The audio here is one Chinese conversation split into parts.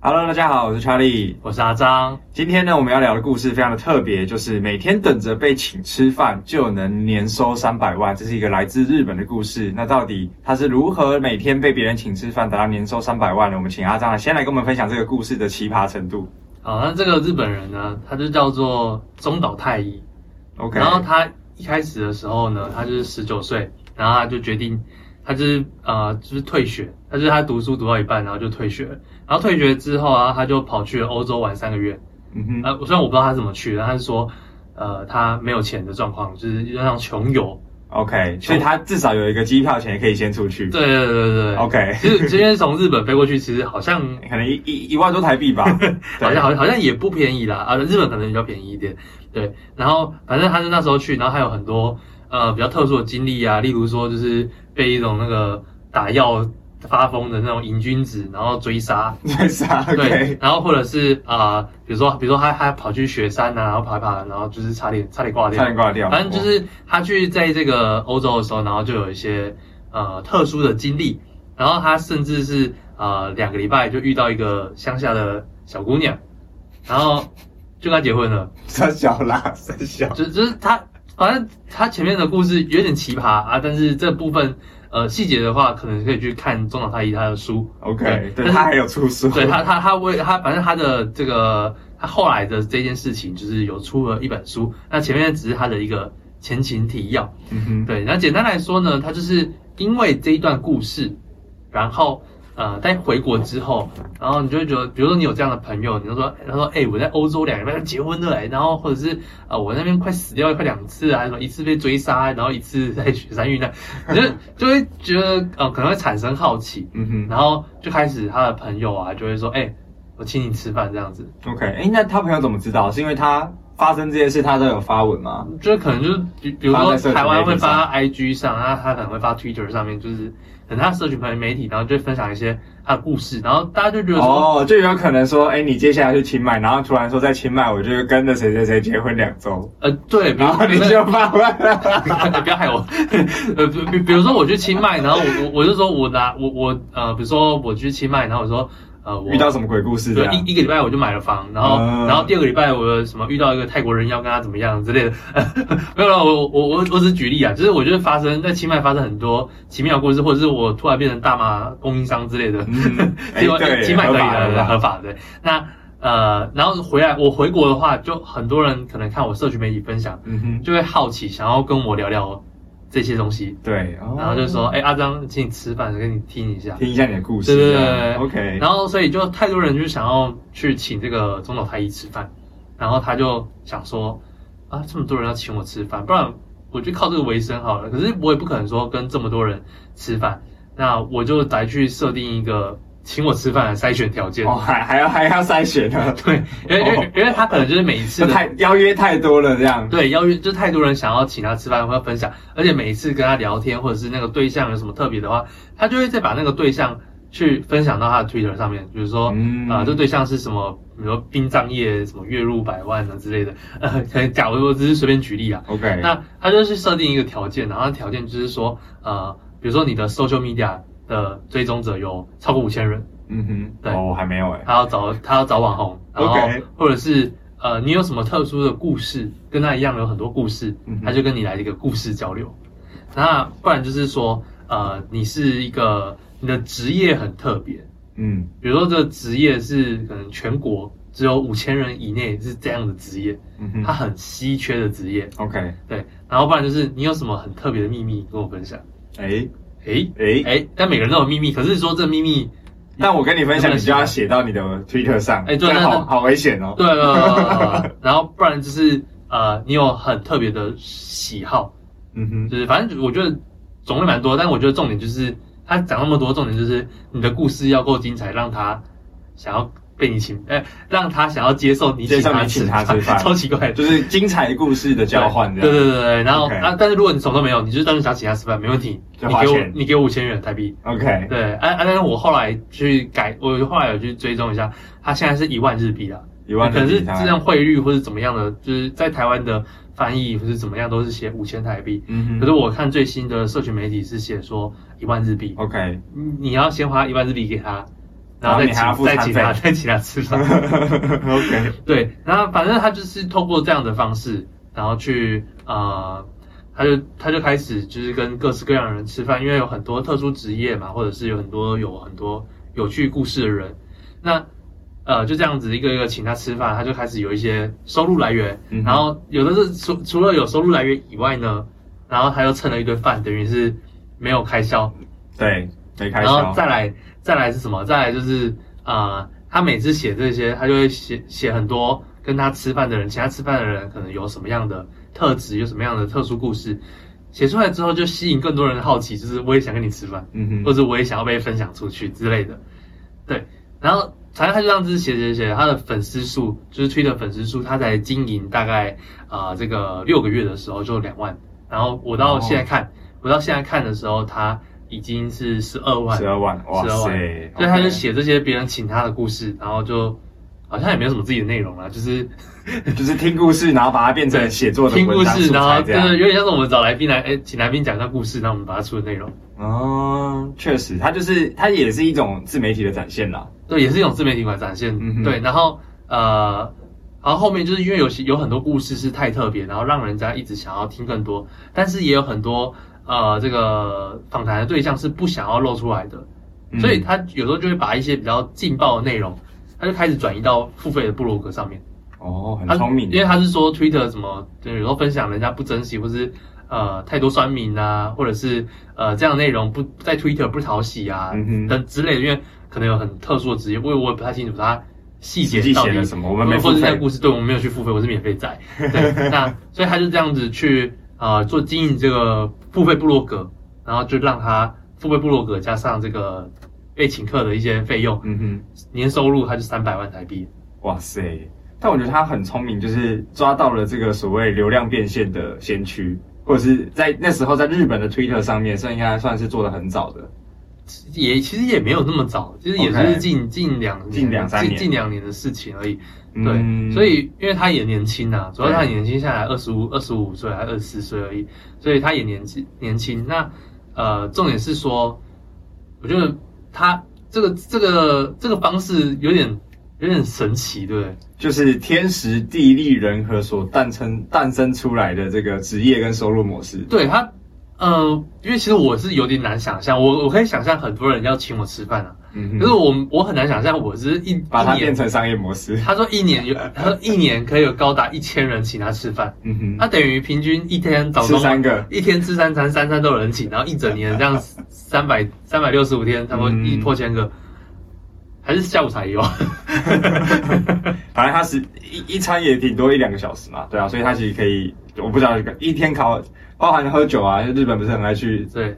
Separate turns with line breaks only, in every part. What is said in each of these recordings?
Hello，大家好，我是查理。
我是阿张，
今天呢，我们要聊的故事非常的特别，就是每天等着被请吃饭就能年收三百万，这是一个来自日本的故事。那到底他是如何每天被别人请吃饭，达到年收三百万呢？我们请阿张来先来跟我们分享这个故事的奇葩程度。
好，那这个日本人呢，他就叫做中岛太一。
OK，
然后他一开始的时候呢，他就是十九岁，然后他就决定，他就是呃，就是退学，他就是他读书读到一半，然后就退学了。然后退学之后啊，他就跑去了欧洲玩三个月。
嗯哼，
呃，虽然我不知道他怎么去，但他是说，呃，他没有钱的状况，就是那种穷游。
，OK，所以他至少有一个机票钱可以先出去。
对对对对对。
，OK，
其实，其实从日本飞过去，其实好像
可能一一一万多台币 吧。
好
对
像好像好像也不便宜啦，啊，日本可能比较便宜一点，对。然后反正他是那时候去，然后还有很多呃比较特殊的经历啊，例如说就是被一种那个打药发疯的那种瘾君子，然后追杀，
对是啊
对
，OK，。
然后或者是啊、比如说比如说他他跑去雪山啊，然后爬一爬，然后就是差点差点挂掉，
差点挂掉。哦
反正就是他去在这个欧洲的时候，然后就有一些呃特殊的经历，然后他甚至是呃两个礼拜就遇到一个乡下的小姑娘，然后就跟他结婚了，
三小啦，三小。
就就是他反正他前面的故事有点奇葩啊，但是这部分呃细节的话，可能可以去看中岛太一他的书，
OK，
对
对他还有出书。
对他，他他为他，反正他的这个他后来的这件事情，就是有出了一本书。那前面只是他的一个前情提要。
嗯哼，
对，那简单来说呢，他就是因为这一段故事，然后呃，在回国之后，然后你就会觉得，比如说你有这样的朋友，你就说，哎他说，哎、我在欧洲两个礼拜就结婚了、哎，然后或者是呃，我那边快死掉，快两次啊，还是什么一次被追杀，然后一次在雪山遇难，你就就会觉得呃，可能会产生好奇，
嗯
然后就开始他的朋友啊，就会说，哎、我请你吃饭这样子，
哼，OK，哎，那他朋友怎么知道？是因为他发生这件事，他都有发文吗？
就是可能就是比比如
发
说
在社群
台湾会
媒体
发 IG 上，然后他可能会发 Twitter 上面，就是可能他社群朋友媒体，然后就分享一些他的故事，然后大家就觉得说，
哦，就有可能说，哎，你接下来去清迈，然后突然说在清迈，我就跟着谁谁谁结婚两 周，
呃，对，比如
然后你 就发文了。
不要害我， 呃，比比比如说我去清迈，然后我我我就说我拿我我呃，比如说我去清迈，然后我说呃我
遇到什么鬼故事这
对，
样？
一一个礼拜我就买了房，然后、
嗯
然后第二个礼拜我什么遇到一个泰国人要跟他怎么样之类的， 没有啦，我我我我只是举例啊，就是我觉得发生在清迈发生很多奇妙的故事，或者是我突然变成大麻供应商之类 的，
嗯，哎，
结果
对，
清迈可以
合
的，
法
合
合法
法的。那呃，然后回来我回国的话，就很多人可能看我社群媒体分享，
嗯哼，
就会好奇想要跟我聊聊这些东西，
对，哦
然后就说，哎、阿张，请你吃饭，跟你听一下。
听一下你的故事，
对对对
这样
对对
OK，
然后所以就太多人就想要去请这个中岛太一吃饭，然后他就想说啊，这么多人要请我吃饭，不然我就靠这个为生好了。可是我也不可能说跟这么多人吃饭，那我就来去设定一个请我吃饭的筛选条件。
哦，还还要还要筛选呢，
对，因为因为
哦
因为他可能就是每一次
这
的
太邀约太多了这样。
对，邀约就太多人想要请他吃饭或者分享，而且每一次跟他聊天或者是那个对象有什么特别的话，他就会再把那个对象去分享到他的 Twitter 上面，比如说啊、
嗯
呃这对象是什么，比如说殡葬业什么月入百万啊之类的，呃， 可能假如我只是随便举例啊，
OK，
那他就是设定一个条件，然后条件就是说，呃，比如说你的 social media 的追踪者有超过五千人，
嗯哼，
对
哦，我还没有哎，
他要找他要找网红，然后
OK
或者是呃，你有什么特殊的故事，跟他一样有很多故事
嗯，哼
他就跟你来一个故事交流。那不然就是说，呃，你是一个你的职业很特别，
嗯，
比如说这个职业是可能全国只有五千人以内是这样的职业，
嗯
它
哼
很稀缺的职业。
，OK，
对，然后不然就是你有什么很特别的秘密跟我分享？
哎
诶
哎，
诶，但每个人都有秘密，可是说这 秘密
但我跟你分享，你就要写到你的 Twitter 上，
哎
这
对
样
那
好好危险哦。
对对对对对，然后不然就是呃，你有很特别的喜好，
嗯哼，
就是反正我觉得种类蛮多，但我觉得重点就是他讲那么多，重点就是你的故事要够精彩，让他想要被你请，哎、让他想要接受你请
接受
他
你请
吃
他吃饭
超奇怪，
就是精彩故事的交换这
对
样。
对对对对，然后
OK
啊，但是如果你什么都没有，你就是单纯想请他吃饭，没问题，
就
你
花
给我
钱
你给我五千元台币。
OK，
对，啊啊！但是我后来去改，我后来有去追踪一下，他现在是一万日币啦，
一万
可
的
能是
平常
这样汇率或是怎么样的，就是在台湾的翻译或是怎么样都是写五千台币，
嗯
可是
哼
我看最新的社群媒体是写说一万日币，
，OK，
你要先花一万日币给他，然
然后
后再
你还要
请
付
再
餐
请他
费
再请他吃饭。啊
OK，
对，然后反正他就是透过这样的方式，然后去呃，他就他就开始就是跟各式各样的人吃饭，因为有很多特殊职业嘛，或者是有很多有很多有趣故事的人，那呃就这样子一个一个请他吃饭，他就开始有一些收入来源，
嗯哼
然后有的是除除了有收入来源以外呢，然后他又蹭了一顿饭，等于是没有开销，
对，没开
然后
销，
再来，再来是什么？再来就是呃，他每次写这些，他就会写写很多跟他吃饭的人，请他吃饭的人可能有什么样的特质，有什么样的特殊故事，写出来之后就吸引更多人的好奇，就是我也想跟你吃饭，
嗯
或
哼，
者我也想要被分享出去之类的。对，然后反正他就这样子写写写，他的粉丝数就是推特粉丝数，他才经营大概啊、呃这个六个月的时候就两万，然后我
哦
到现在看，我到现在看的时候，他已经是十二万，
十二万，哇
12
塞
万，所以他就
OK
写这些别人请他的故事，然后就好像也没有什么自己的内容啦，就是
就是听故事，然后把它变成写作的
听故
文章
事，
素
然
材
后
这
就
样
是有点像是我们找来宾来，哎，请来宾讲一段故事，然后我们把它出的内容，
哦，确实，它就是它也是一种自媒体的展现啦。
对，也是一种自媒体馆展现，
嗯哼
对，然后呃，然后后面就是因为有些有很多故事是太特别，然后让人家一直想要听更多，但是也有很多呃这个访谈的对象是不想要露出来的，
嗯
所以他有时候就会把一些比较劲爆的内容，他就开始转移到付费的部落格上面。
哦，很
他
聪明，
啊因为他是说 Twitter 什么，对，有时候分享人家不珍惜，或是呃太多酸民啊，或者是呃这样的内容不在 Twitter 不讨喜啊、
嗯哼
等之类的，因为可能有很特殊的职业，我也我也不太清楚他细节
实际
到底
写了什么我们没
或者
付
是
费
在故事，对我们没有去付费，我是免 费在，对，那所以他就这样子去呃做经营这个付费部落格，然后就让他付费部落格加上这个被请客的一些费用，
嗯
年收入他就三百万台币。
哼，哇塞！但我觉得他很聪明，就是抓到了这个所谓流量变现的先驱，或者是在那时候在日本的 Twitter 上面，算应该算是做的很早的。
也其实也没有那么早，其实也是
OK
近近两年
近两三年
近近两年的事情而已。对，
嗯
所以因为他也年轻呐、主要他
对
年轻下来二十五二十五岁还二十四岁而已，所以他也年纪年轻。那呃，重点是说，我觉得他这个这个这个方式有点有点神奇，对不对？
就是天时地利人和所诞生诞生出来的这个职业跟收入模式。
对他，呃，因为其实我是有点难想象，我我可以想象很多人要请我吃饭啊，
嗯
可是
哼，
我我很难想象我是一
把它
一年
变成商业模式。
他说一年有，他说一年可以有高达一千人请他吃饭，
嗯
他等于平均一天早
吃
中
三个
一天吃三餐，三餐都有人请，然后一整年这样三百三百六十五天，差不多
嗯
一破千个，还是下午才有，
哼，反正他是一一餐也顶多一两个小时嘛，对啊，所以他其实可以，我不知道一天考，包含喝酒啊，日本不是很爱去
对，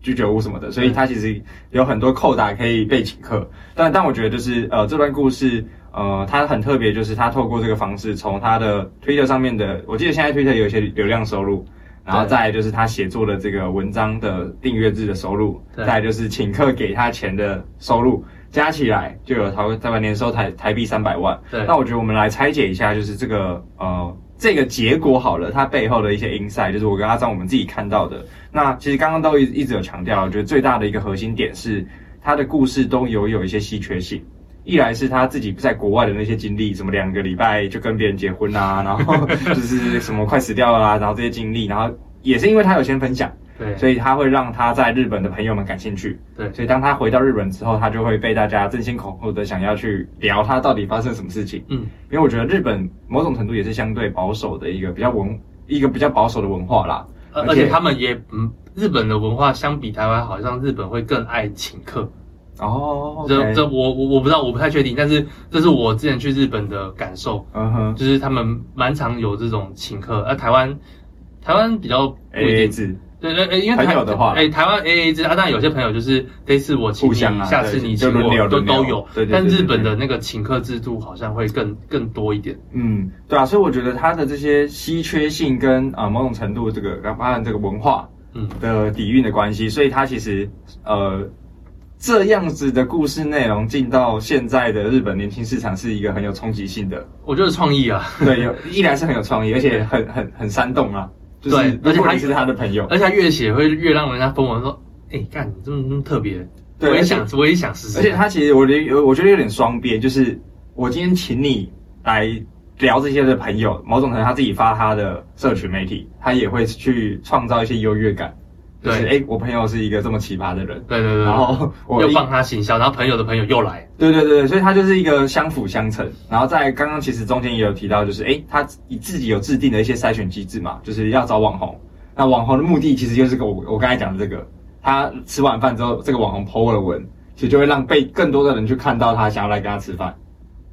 居酒屋什么的，所以它其实有很多扣打可以被请客。但但我觉得就是呃，这段故事呃，它很特别，就是它透过这个方式，从它的推特上面的，我记得现在推特有一些流量收入，然后
对
再来就是他写作的这个文章的订阅制的收入，
对
再来就是请客给他钱的收入。加起来就有台台湾年收台台币三百万。
对
那我觉得我们来拆解一下，就是这个呃这个结果好了，它背后的一些 insight，就是我跟阿张我们自己看到的。那其实刚刚都一一直有强调，我觉得最大的一个核心点是，他的故事都有有一些稀缺性。一来是他自己在国外的那些经历，什么两个礼拜就跟别人结婚啊，然后就是什么快死掉啦、然后这些经历，然后也是因为他有先分享，
对，
所以他会让他在日本的朋友们感兴趣。
对
所以当他回到日本之后，他就会被大家争先恐后的想要去聊他到底发生什么事情。
嗯，
因为我觉得日本某种程度也是相对保守的一个比较文一个比较保守的文化啦。
而
而
而且
且
他们也嗯，日本的文化相比台湾，好像日本会更爱请客。
哦
这
OK
这我我我不知道，我不太确定，但是这是我之前去日本的感受。
嗯哼
就是他们蛮常有这种请客，而、台湾台湾比较不一
A A
定，
制，
对对，呃因为
朋
台
友的话
哎，台湾 A A 制啊，当然有些朋友就是这次我请
互
你，
相啊
下次
对
你
就
请
轮流
我，都
轮流
都有
对对。对
但
对
日本
对
的那个请客制度好像会更更多一点。
嗯，对啊，所以我觉得它的这些稀缺性跟啊、呃某种程度这个包含这个文化
嗯
的底蕴的关系，所以它其实呃这样子的故事内容进到现在的日本年轻市场是一个很有冲击性的，
我觉得创意啊，
对，有依然是很有创意，而且很很很煽动啊。就是
对
如
而且呃
果
它
你是他的朋友，
而且它越写会越让人家疯狂说，哎，干你这么这么特别，我
对
也
而且
想，我也想试试。
而且他其实我觉得我觉得有点双边，就是我今天请你来聊这些的朋友，某种程度他自己发他的社群媒体，他也会去创造一些优越感，就是哎、
对
诶我朋友是一个这么奇葩的人，
对对对对，
然后我
又
一
帮他行销，然后朋友的朋友又来，
对对对，所以它就是一个相辅相成。然后在刚刚其实中间也有提到，就是诶，他自己有制定的一些筛选机制嘛，就是要找网红。那网红的目的其实就是个我我刚才讲的这个，他吃完饭之后，这个网红 PO 了文，其实就会让被更多的人去看到他，想要来跟他吃饭。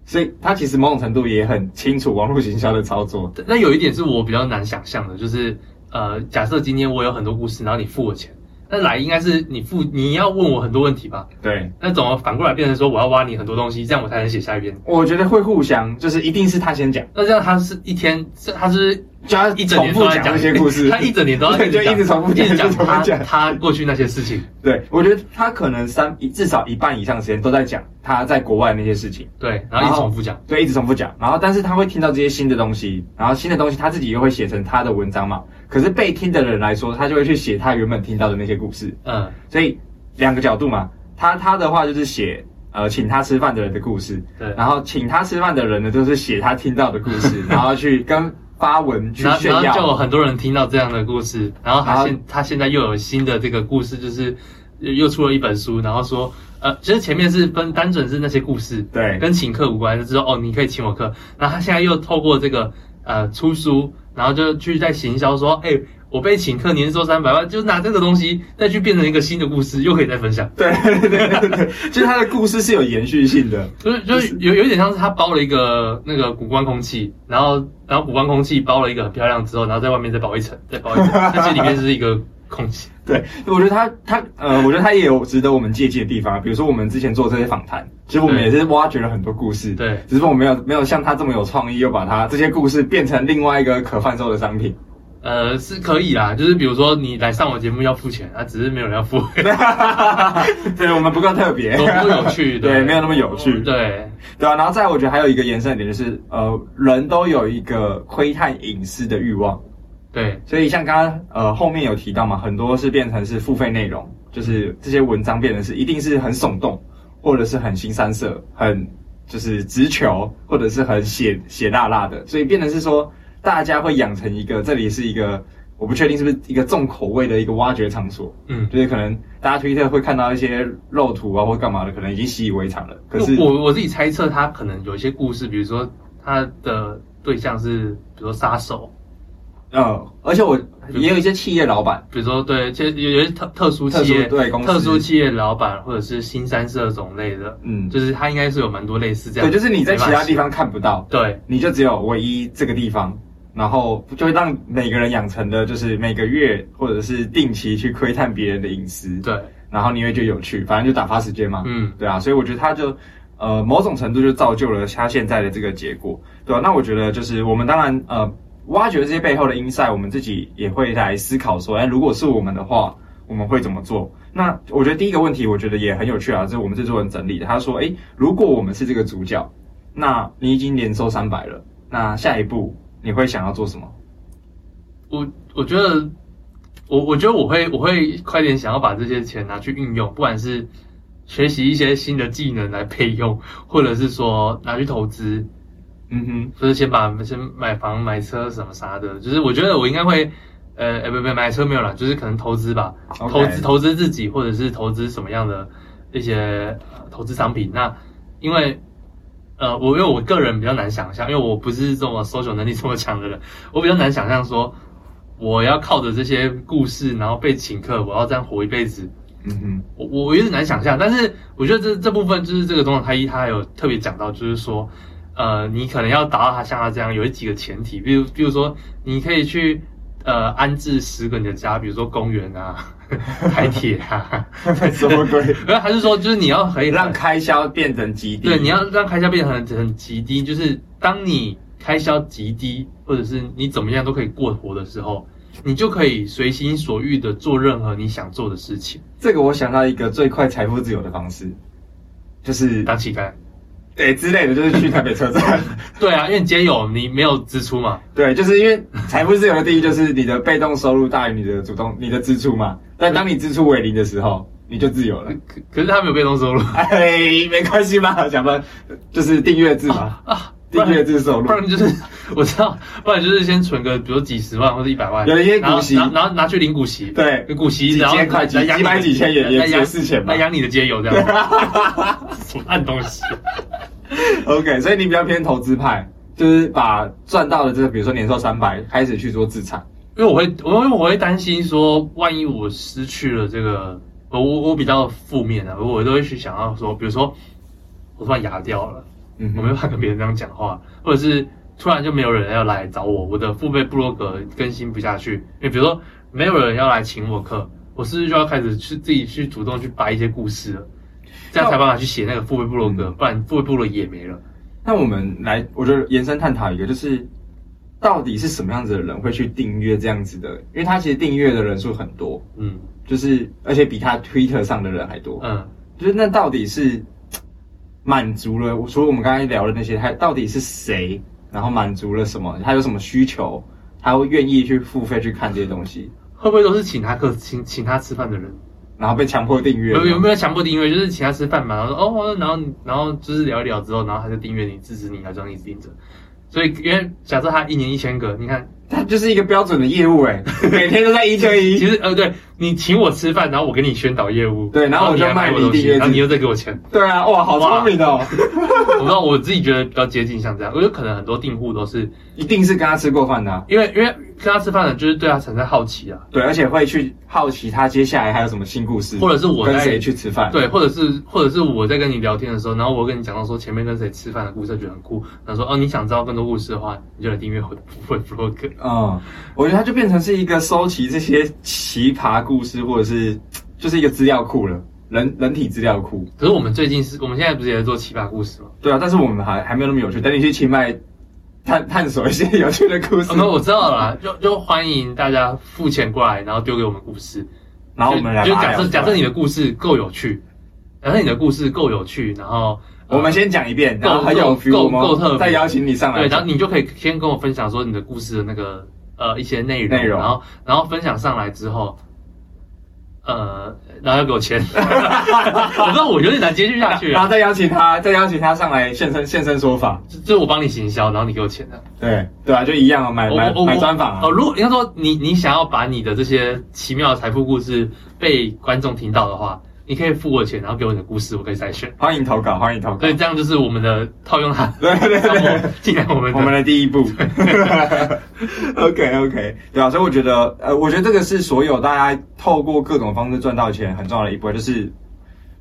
所以他其实某种程度也很清楚网络行销的操作。
那有一点是我比较难想象的，就是呃，假设今天我有很多故事，然后你付我钱，那来应该是你付，你要问我很多问题吧？
对，
那怎么反过来变成说我要挖你很多东西，这样我才能写下一篇？
我觉得会互相，就是一定是他先讲，
那这样他是一天，这他是
就要
一整
重
年
复
都在
讲
讲
这些故事。
他一整年都 要
对就一直重复讲
一直 讲
一直重复
他
讲
他过去那些事情。
对，我觉得他可能三至少一半以上时间都在讲他在国外那些事情，
对，然后一直重复讲，
对，一直重复讲。然后，但是他会听到这些新的东西，然后新的东西他自己又会写成他的文章嘛。可是被听的人来说，他就会去写他原本听到的那些故事。
嗯，
所以两个角度嘛，他他的话就是写呃请他吃饭的人的故事，
对，
然后请他吃饭的人呢，就是写他听到的故事，然后去跟发文去
然后
炫
然后就有
耀。
很多人听到这样的故事，然后
然
他
后
现他现在又有新的这个故事，就是又又出了一本书，然后说，呃，其实前面是分单纯是那些故事，
对
跟请客无关，就是说哦，你可以请我客，然后他现在又透过这个呃出书，然后就去在行销说，哎。我被请客，年收三百万，就拿这个东西再去变成一个新的故事，又可以再分享，
对对对对对，就是他的故事是有延续性的。
就是就是有有一点像是他包了一个那个古关空气，然后然后古关空气包了一个很漂亮之后，然后在外面再包一层，再包一层， 但是里面是一个空气。
对，我觉得他他呃，我觉得他也有值得我们借鉴的地方，比如说我们之前做这些访谈，其实我们也
对
是挖掘了很多故事，
对
只是我们没有没有像他这么有创意，又把他这些故事变成另外一个可贩售的商品。
呃，是可以啦，就是比如说你来上我节目要付钱，啊，只是没有人要付，
对，我们不够特别，
都不有趣，哦
对，没有那么有趣，
对，
对啊。然后再来我觉得还有一个延伸的点就是，呃，人都有一个窥探隐私的欲望，
对，
所以像刚刚呃后面有提到嘛，很多是变成是付费内容，就是这些文章变成是一定是很耸动，或者是很新三色，很就是直球，或者是很血血辣辣的，所以变成是说大家会养成一个这里是一个我不确定是不是一个重口味的一个挖掘场所，
嗯。
就是可能大家推特会看到一些肉图啊或干嘛的，可能已经习以为常了，可是
我我自己猜测，他可能有一些故事，比如说他的对象是，比如说杀手，
呃，而且我也有一些企业老板。
比如说对，其实有有些特特殊企业、
特殊对公司
特殊企业老板或者是新三社种类的，
嗯
就是他应该是有蛮多类似这样
对，
的。
就是你在其
没
他
办法
地方看不到，
对
你就只有唯一这个地方，然后就会让每个人养成的，就是每个月或者是定期去窥探别人的隐私，，
对，
然后你会觉得有趣，反正就打发时间嘛，
嗯
对啊，所以我觉得他就呃某种程度就造就了他现在的这个结果，对吧、啊那我觉得就是我们当然呃挖掘这些背后的啊 insight，我们自己也会来思考说，哎，如果是我们的话，我们会怎么做？那我觉得第一个问题，我觉得也很有趣啊，这是我们制作人整理的。他说：“哎，如果我们是这个主角，那你已经年收三百了，那下一步你会想要做什么？
我我觉得我我觉得我会我会快点想要把这些钱拿去运用，不管是学习一些新的技能来配用，或者是说拿去投资，
嗯哼，
就是先把先买房、买车什么啥的，就是我觉得我应该会，呃，呃不不，买车没有啦，就是可能投资吧
OK
投资投资自己，或者是投资什么样的一些呃投资商品。那因为呃，我因为我个人比较难想象，因为我不是这种 social 能力这么强的人，我比较难想象说我要靠着这些故事，然后被请客，我要这样活一辈子。
嗯哼，
我我我有点难想象，但是我觉得这这部分就是这个总统太一他有特别讲到，就是说，呃，你可能要达到他像他这样，有几个前提，比如比如说你可以去呃安置十个你的家，比如说公园啊、 台铁啊，
什么鬼？
然后还是说就是你要可以
让开销变成极低。
对，你要让开销变得很很极低，就是当你开销极低，或者是你怎么样都可以过活的时候，你就可以随心所欲的做任何你想做的事情，
这个，我想到一个最快财富自由的方式，就是
当乞丐。
对之类的，就是去台北车站。
对啊，因为你今天有你没有支出嘛，
对，就是因为财富自由的第一就是你的被动收入大于你的主动你的支出嘛。但当你支出为零的时候，你就自由了。
可可是他没有被动收入
哎，没关系嘛，想办就是订阅制嘛，
啊，不
订
然
阅制收入
不。然就是 我知道，不然就是先存个比如几十万或者一百万，
有一些
然后
股息
然后然后拿去领股息，
对
股息
几
然后
千块几
来养
几百
你
几千也也
来养
也是钱嘛
来养你的街友 这样，什么烂东西。
OK，所以你比较偏投资派，就是把赚到的这个，比如说年收三百，开始去做资产。
因为我会，我因为我会担心说，万一我失去了这个，我我我比较负面的、啊，我都会去想要说，比如说我突然哑掉了，
嗯
我没办法跟别人这样讲话，或者是突然就没有人要来找我，我的付费部落格更新不下去，因为比如说没有人要来请我课，我是不是就要开始去自己去主动去掰一些故事了？这样才有办法去写那个付费部落格，不然付费部落格也没了。
那我们来，我觉得延伸探讨一个，就是到底是什么样子的人会去订阅这样子的？因为他其实订阅的人数很多，
嗯
就是而且比他 Twitter 上的人还多。
嗯，
就是那到底是满足了？除了我们刚才聊的那些，他到底是谁？然后满足了什么？他有什么需求？他会愿意去付费去看这些东西，
会不会都是请他客请请他吃饭的人？
然后被强迫订阅？
有有没有强迫订阅？就是请他吃饭嘛，然后说哦，然后你然后就是聊一聊之后，然后他就订阅你，支持你，然后这样一直盯着。所以因为假设他一年一千个，你看，
他就是一个标准的业务哎、每天都在一对
其
一。
实呃，对你请我吃饭，然后我给你宣导业务，
对然后我就
你还
卖你
我东西
订阅制
然后你又再给我钱。
对啊，哇，好聪明 哦！
我不知道我自己觉得比较接近像这样，我觉得可能很多订户都是
一定是跟他吃过饭的啊、
因为因为跟他吃饭的，就是对他产生好奇啊，
对，而且会去好奇他接下来还有什么新故事，
或者是我
跟
在
谁去吃饭。
对，或者是或者是我在跟你聊天的时候，然后我跟你讲到说前面跟谁吃饭的故事，觉得很酷，然后说哦，你想知道更多故事的话，你就来订阅我的部分 vlog。
嗯，我觉得它就变成是一个收集这些奇葩故事，或者是就是一个资料库了，人人体资料库。
可是我们最近是我们现在不是也在做奇葩故事吗？
对啊，但是我们还还没有那么有趣。等你去清迈探探索一些 有趣的故事
哦，，那我知道了啦，就就欢迎大家付钱过来，然后丢给我们故事。
然后我们来哎
就就
把它聊出
假设
来
假设你的故事够有趣，假设你的故事够有趣，然后
我们先讲一遍，
够
然后很有
够
feel，
够
我们
够特别
再邀请你上来。
对，然后你就可以先跟我分享说你的故事的那个呃一些内容，
内容
然后然后分享上来之后。呃，然后要给我 钱，我知道我有点难接续下去
然后
啊，
再邀请他，再邀请他上来现身现身说法。
就就是我帮你行销，然后你给我钱的、
对对啊，就一样啊，买
我
买
我我
买专访啊
哦，。如果应该说你你想要把你的这些奇妙的财富故事被观众听到的话，你可以付我钱，然后给我你的故事，我可以筛选。
欢迎投稿，欢迎投稿
所以。这样就是我们的套用它，
对对对对
让我进来我们的
我们的第一 步。OK OK，对啊，所以我觉得，呃，我觉得这个是所有大家透过各种方式赚到钱很重要的一步，就是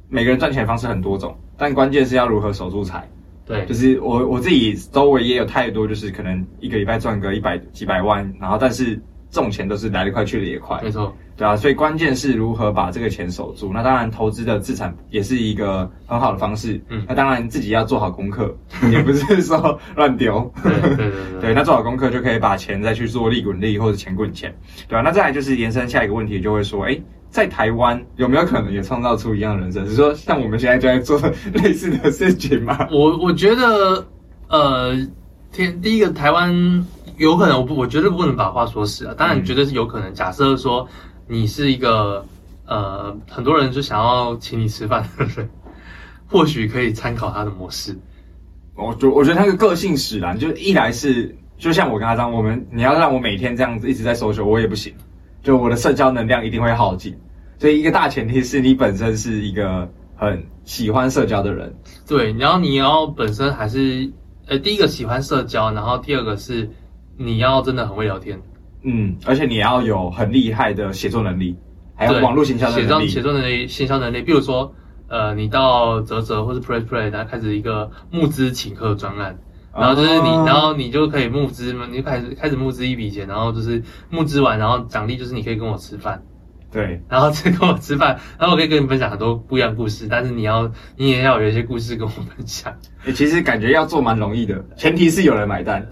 每个人赚钱的方式很多种，但关键是要如何守住财。
对
就，是我我自己周围也有太多，就是可能一个礼拜赚个一百几百万，然后但是这种钱都是来得快去得也快
没，错，
对啊，所以关键是如何把这个钱守住。那当然，投资的资产也是一个很好的方式。
嗯
那当然自己要做好功课，也不是说乱丢。
对对对
对，
对
那做好功课就可以把钱再去做利滚利或者钱滚钱，对啊吧、那再来就是延伸下一个问题，就会说，哎，在台湾有没有可能也创造出一样的人生？是说像我们现在就在做类似的事情吗？
我我觉得呃，天第一个台湾有可能，我不我绝对不能把话说死啊，当然
嗯
绝对是有可能。假设说你是一个呃，很多人就想要请你吃饭的人，或许可以参考他的模式。
我觉我觉得他的个性使然，就一来是就像我跟阿张，我们你要让我每天这样子一直在搜求，我也不行，就我的社交能量一定会耗尽。所以一个大前提是你本身是一个很喜欢社交的人，
对，然后你要本身还是呃，第一个喜欢社交，然后第二个是你要真的很会聊天，
嗯，而且你要有很厉害的写作能力，还有
对
网络形象的
写
能
作
力，
写作能力、行销能力，比如说呃，你到泽泽或是 Play Play，然后开始一个募资请客专案，然后就是你，
哦
然后你就可以募资嘛，你就开始开始募资一笔钱，然后就是募资完，然后奖励就是你可以跟我吃饭，
对，
然后再跟我吃饭，然后我可以跟你分享很多不一样的故事，但是你要你也要有一些故事跟我分 享。
欸其实感觉要做蛮容易的，前提是有人买单，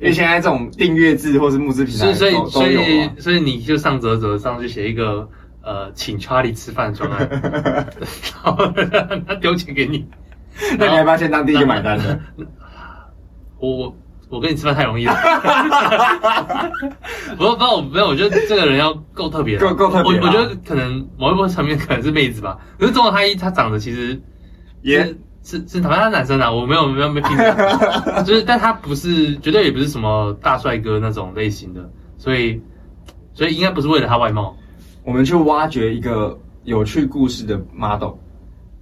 因为现在这种订阅制或是募资平
所
台
以所以
都
所
都有啊
以。所以你就上泽泽上去写一个呃，请 Charlie 吃饭的 专案，然后 让他丢钱给你。
那你还发现当地就买单了？
我我我跟你吃饭太容易了。 我不知道，我没有，我觉得这个人要够特别啦，啊
够够特别啦啊
我我觉得可能某一部分层面可能是妹子吧，可是中国他一他长得其实
也
是是是，反正他是男生啊，我没有没有没有 评价，就是但他不是绝对也不是什么大帅哥那种类型的，所以所以应该不是为了他外貌。
我们去挖掘一个有趣故事的 model，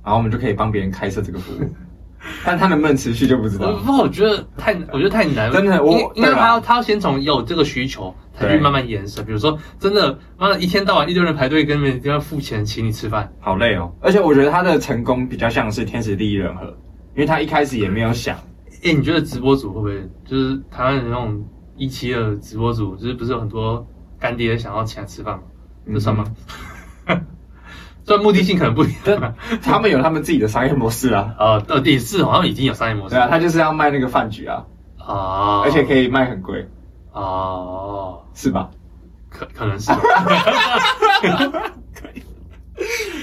然后我们就可以帮别人开设这个服 务，但他能不能持续就不知
我
道
不。知道，我觉得太，我觉得太难了。
真的我
因为因为
对啊
他要他要先从有这个需求，才去
对
慢慢延伸。比如说，真的，妈的，一天到晚一堆人排队跟别人要付钱请你吃饭，
好累哦，而且我觉得他的成功比较像是天时地利人和，因为他一开始也没有想，
哎、你觉得直播主会不会就是台湾的那种一期的直播主，就是不是有很多干爹想要请他吃饭吗？
嗯
这算吗？ 虽然目的性可能不一 样啊，
他们有他们自己的商业模式啊。
呃，呃，也是好像已经有商业模式
对啊，他就是要卖那个饭局啊，
啊，
而且可
以
以卖很贵，
哦，
是吧
可 可能是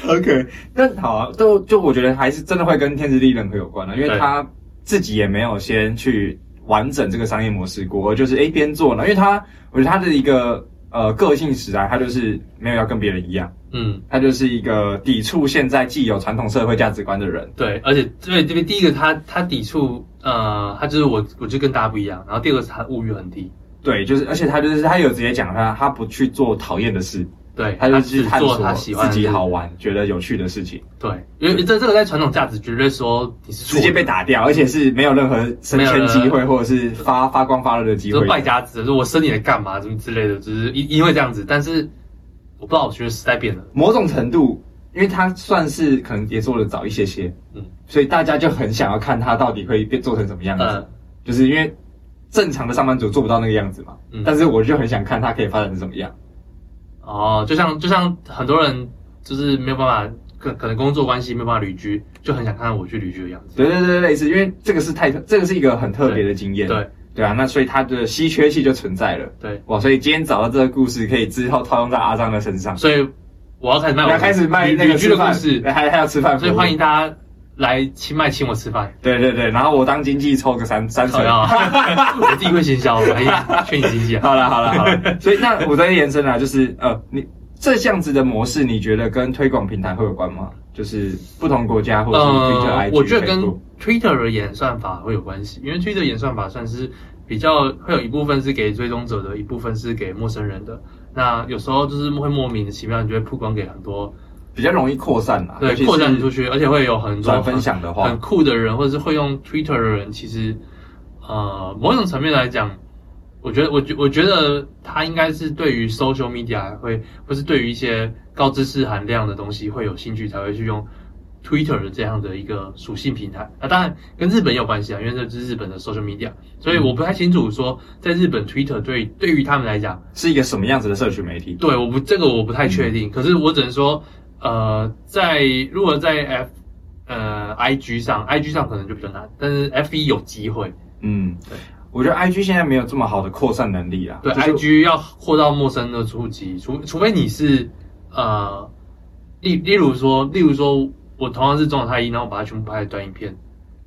？OK，那好啊，就就我觉得还是真的会跟天时地利人和有关了、啊因为
对
他自己也没有先去完整这个商业模式过，而就是诶边做呢，因为他我觉得他的一个呃个性使然，他就是没有要跟别人一样，
嗯。
他就是一个抵触现在既有传统社会价值观的人。
对，而且对这边第一个他他抵触，呃，他就是我我就跟大家不一样。然后第二个是他物欲很低，
对，就是，而且他就是他有直接讲他，他不去做讨厌的事，
对，
他就
只
去探
做
索
他喜欢的
自己
事
好。玩、觉得有趣的事情，
对，因为这这个在传统价值绝对说你是错
直
的
接被，打掉，而且是没有任何升
没有
迁
了
机会或者是发发光发热的机
就是
会。
败家子，就是我生你来干嘛，什么之类的，就是因因为这样子。但是我不知道，我觉得时代变了，
某种程度，因为他算是可能也做的早一些些，
嗯
嗯，所以大家就很想要看他到底会变做成什么样子，
嗯
就是因为正常的上班族做不到那个样子嘛，
嗯
但是我就很想看他可以发展成什么样。
哦，就像就像很多人就是没有办法，可可能工作关系没有办法旅居，就很想看我去旅居的样子。
对对对，对类似，因为这个是太特，这个是一个很特别的经验，
对
对啊，那所以它的稀缺性就存在了。
对，
哇，所以今天找到这个故事，可以之后套用在阿张的身上。
所以我要开始
你
卖我
要开始卖那
旅
个
旅居
吃
的故
饭，
事，
还还要吃饭，
所以欢迎。大家来清迈请我吃饭。
对对对，然后我当经济抽个三三
好
成。
呀， 我自己会行销，我还劝你经济啊。
好了好了好 了，所以那我再延伸啊，就是呃，你这样子的模式，你觉得跟推广平台会有关吗？就是不同国家或者是 Twitter、
呃
IG，，
我觉得跟
Facebook
Twitter 的演算法会有关系，因为 Twitter 的演算法算是比较会有一部分是给追踪者的，一部分是给陌生人的。那有时候就是会莫名其妙，你就会曝光给很多
比较容易扩散啦，
对
尤其是
扩散出去，而且会有很多
转分享的话
很酷的人，或者是会用 Twitter 的人，其实呃某种层面来讲，我觉得我觉我觉得他应该是对于 social media 会，或是对于一些高知识含量的东西会有兴趣，才会去用 Twitter 的这样的一个属性平台。啊，当然跟日本也有关系啊，因为这是日本的 social media，所以
嗯
我不太清楚说在日本 Twitter 对对于他们来讲。
是一个什么样子的社群媒体？
对，我不这个我不太确定，
嗯
可是我只能说，呃，在如果在 F 呃 IG 上，IG 上可能就比较难，但是 F 一有机会。
嗯，我觉得 IG 现在没有这么好的扩散能力啦。
对、
就是
i g 要扩到陌生的触及，除除非你是呃，例例如说，例如说我同样是中岛太一，然后我把它全部拍成短影片，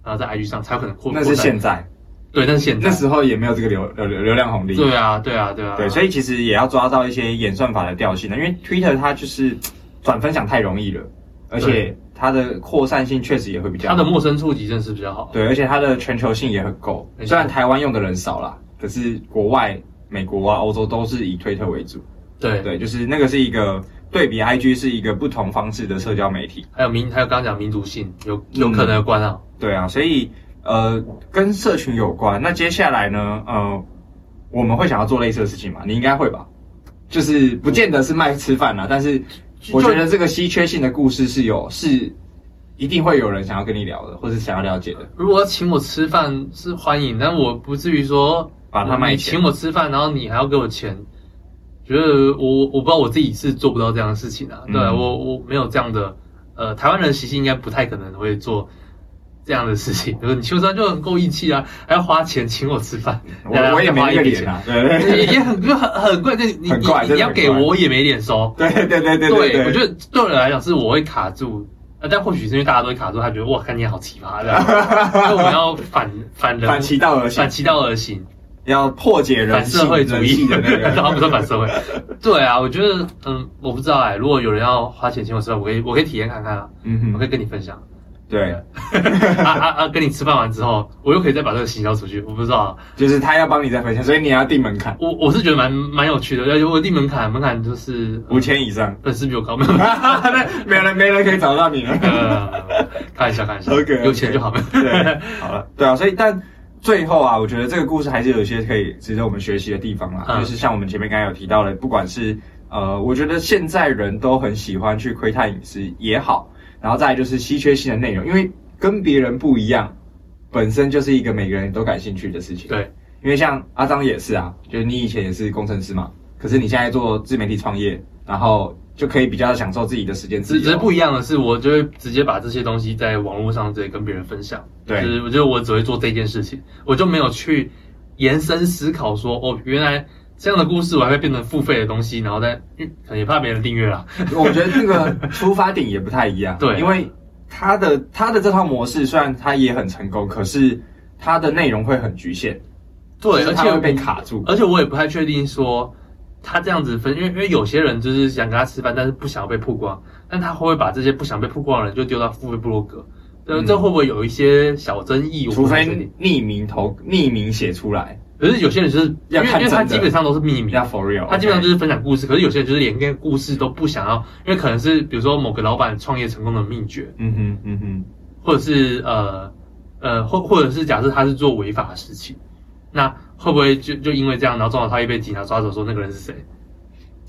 然后在 IG 上才有可能扩
那是
扩散
现在，
对，那是现在
那时候也没有这个流流流流量红利。
对啊，对啊，对啊，
对，所以其实也要抓到一些演算法的调性呢，因为 Twitter 它就是转分享太容易了，而且它的扩散性确实也会比较
它
好。
的陌生触及真的是比较好。
对，而且它的全球性也很够
哦没。错
虽然台湾用的人少啦，可是国外、美国啊、欧洲都是以推特为主。
对
对，就是那个是一个对比，IG 是一个不同方式的社交媒体。
还有民，还有刚刚讲民族性，有
嗯
有可能有关啊。
对啊，所以呃，跟社群有关。那接下来呢，呃，我们会想要做类似的事情嘛？你应该会吧？就是啊不见得是卖吃饭啦，但是
就
我觉得这个稀缺性的故事是有是一定会有人想要跟你聊的，或是想要了解的。
如果请我吃饭是欢迎，但我不至于说
把它卖
你
钱
请我吃饭，然后你还要给我钱，觉得我我不知道我自己是做不到这样的事情啊。
嗯
对我我没有这样的，呃，台湾人习性应该不太可能会做这样的事情。 就是你请我吃饭就很够义气啊，还要花钱请我吃饭，然
我
后
我也没
花
那
一
个
笔
脸
钱，
啊， 对对对
也也很就很很怪，就是你
很
你
怪
你
真
你
的
要
很
给
怪
我，我也没脸收。
对对对对
对，我觉
对。
得对我来讲是我会卡住，呃，但或许是因为大家都会卡住，他觉得哇，看你好奇葩的，所以我们要反反人
反其道而行
反，其道而行，
要破解人
反
性
社会主
人
义
性的那
他们
个。
说反社会。对啊，我觉得嗯，我不知道哎、如果有人要花钱请我吃饭，我可以我可以体验看看啊，
嗯
我可以
哼，
跟你分享。
对，
啊啊啊！跟你吃饭完之后，我又可以再把这个行销出去，我不知道啊，
就是他要帮你再分享，所以你要定门槛，
我我是觉得蛮蛮有趣的，而且我定门槛，门槛就是
五千以上，
粉丝比我高，没有没有
没人没人可以找到你了。
呃，看一下看一下
OK，OK
有钱就好了。
对，好了，对啊，所以但最后啊，我觉得这个故事还是有一些可以值得我们学习的地方啦，
嗯
就是像我们前面刚才有提到的，不管是呃，我觉得现在人都很喜欢去窥探隐私也好，然后再来就是稀缺性的内容，因为跟别人不一样，本身就是一个每个人都感兴趣的事情。
对，
因为像阿张也是啊，就是你以前也是工程师嘛，可是你现在做自媒体创业，然后就可以比较享受自己的时间自
只只是
由。啊
不一样的是，我就会直接把这些东西在网络上直接跟别人分享。
对
就是我觉得我只会做这件事情，我就没有去延伸思考说，哦，原来这样的故事我还会变成付费的东西，然后再，因为可能也怕别人订阅啦。
我觉得这个出发点也不太一样，
对
因为他的他的这套模式虽然他也很成功，可是他的内容会很局限，就
对，而
是他
且
会被
我
卡住，
而且我也不太确定说他这样子分，因为因为有些人就是想跟他吃饭，但是不想要被曝光，但他会不会把这些不想被曝光的人就丢到付费部落格？这
嗯
这会不会有一些小争议？我
除
不
非
太确定。
匿名投匿名写出来，
可是有些人就是因
要
为因
看
为
真
他
的
基本上都是秘密，
要 for real，
他基本上就是是分享故事。可是有些人就是连个故事都不想要，因为可能是比如说某个老板创业成功的秘诀，
嗯哼嗯哼，
或者是呃呃或或者是假设他是做违法的事情，那会不会就就因为这样，然后中岛他一被警察抓走，说那个人是谁？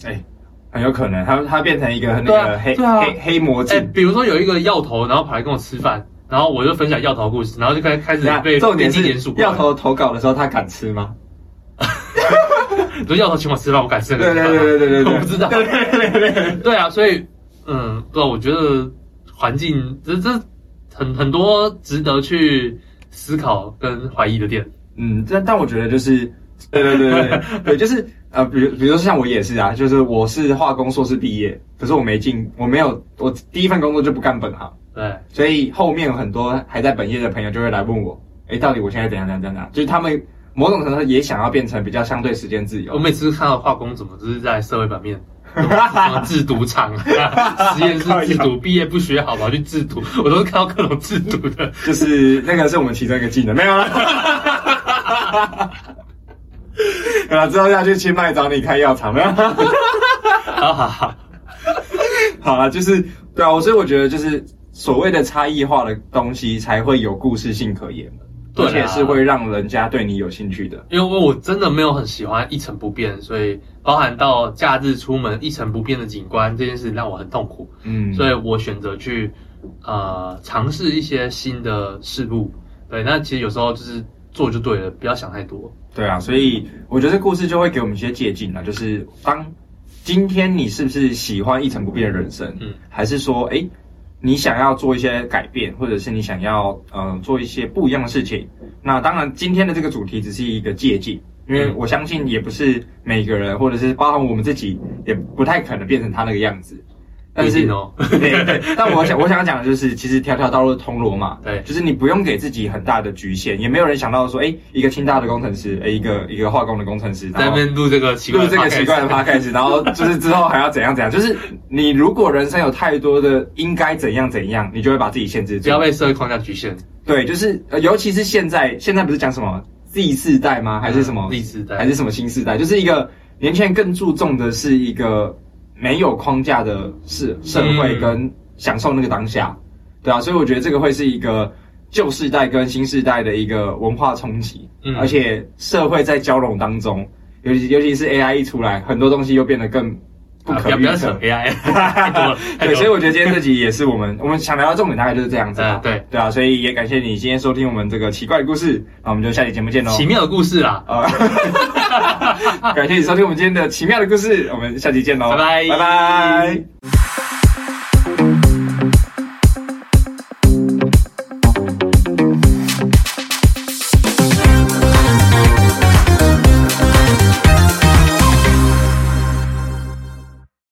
哎、很有可能他他变成一个那
对啊
个黑、
对啊
黑黑魔
哎、
镜。
比如说有一个药头，然后跑来跟我吃饭，然后我就分享药头故事，然后就开开始
等一下
被
重点
被地检
是
署
要
管
投投稿的时候，他敢吃吗？
你说要头请我吃饭，我敢吃
对
那个
对
饭
对对
吗
对对，对
我不知道。
对对对对
对啊，所以嗯，不知道，我觉得环境这这很很多值得去思考跟怀疑的点。
嗯，但但我觉得就是，对对对对对 对，就是呃，比如比如说像我也是啊，就是我是化工硕士毕业，可是我没进，我没有，我第一份工作就不干本行，
对，
所以后面有很多还在本业的朋友就会来问我，哎，到底我现在怎样怎样怎样，就是他们某种程度也想要变成比较相对时间自
我
由，
每次看到化工怎么就是在社会版面。什么制毒厂、啊、实验室制毒，毕业不学好吧去制毒，我都是看到各种制毒的。
就是那个是我们其中一个技能，没有 啦。啊，之后要去清迈找你开药厂，没有啦？
好好好，
好了，就是对啊，我所以我觉得就是所谓的差异化的东西才会有故事性可言，
对啊
而且是会让人家对你有兴趣的。
因为我真的没有很喜欢一成不变，所以包含到假日出门一成不变的景观这件事让我很痛苦。
嗯，
所以我选择去呃尝试一些新的事物。对，那其实有时候就是做就对了，不要想太多。
对啊，所以我觉得这故事就会给我们一些借鉴了，就是当今天你是不是喜欢一成不变的人生，
嗯
还是说诶你想要做一些改变，或者是你想要呃做一些不一样的事情？那当然，今天的这个主题只是一个借鉴，因为
嗯
我相信也不是每个人，或者是包含我们自己，也不太可能变成他那个样子。但
不一
是
定 哦
对对但我想我想讲的就是，其实条条道路通罗马，
对
就是你不用给自己很大的局限，也没有人想到说，哎，一个清大的工程师，哎，一个一个化工的工程师，
在
然
那
后
边录这个奇怪
录
的
这个
podcast
奇怪的 podcast，然后就是之后还要怎样怎样，就是你如果人生有太多的应该怎样怎样，你就会把自己限制
不
住
要。被社会框架局限。
对，就是呃尤其是现在，现在不是讲什么 Z 世代吗？还是什么
嗯 Z 世代
还是什么新世代？就是一个年轻人更注重的是一个没有框架的社社会
嗯
跟享受那个当下，对啊，所以我觉得这个会是一个旧世代跟新世代的一个文化冲击，
嗯
而且社会在交融当中，尤其尤其是 AI 一出来，很多东西又变得更不
啊
可
不要不要
预测
扯 AI，太多了，太多
对，
了
所以我觉得今天这集也是我 们我们想聊的重点，大概就是这样子啦
嗯。对
对啊，所以也感谢你今天收听我们这个奇怪的故事，那我们就下期节目见喽。
奇妙的故事啦，
啊， 感谢你收听我们今天的奇妙的故事，我们下期见喽，
拜拜
拜拜。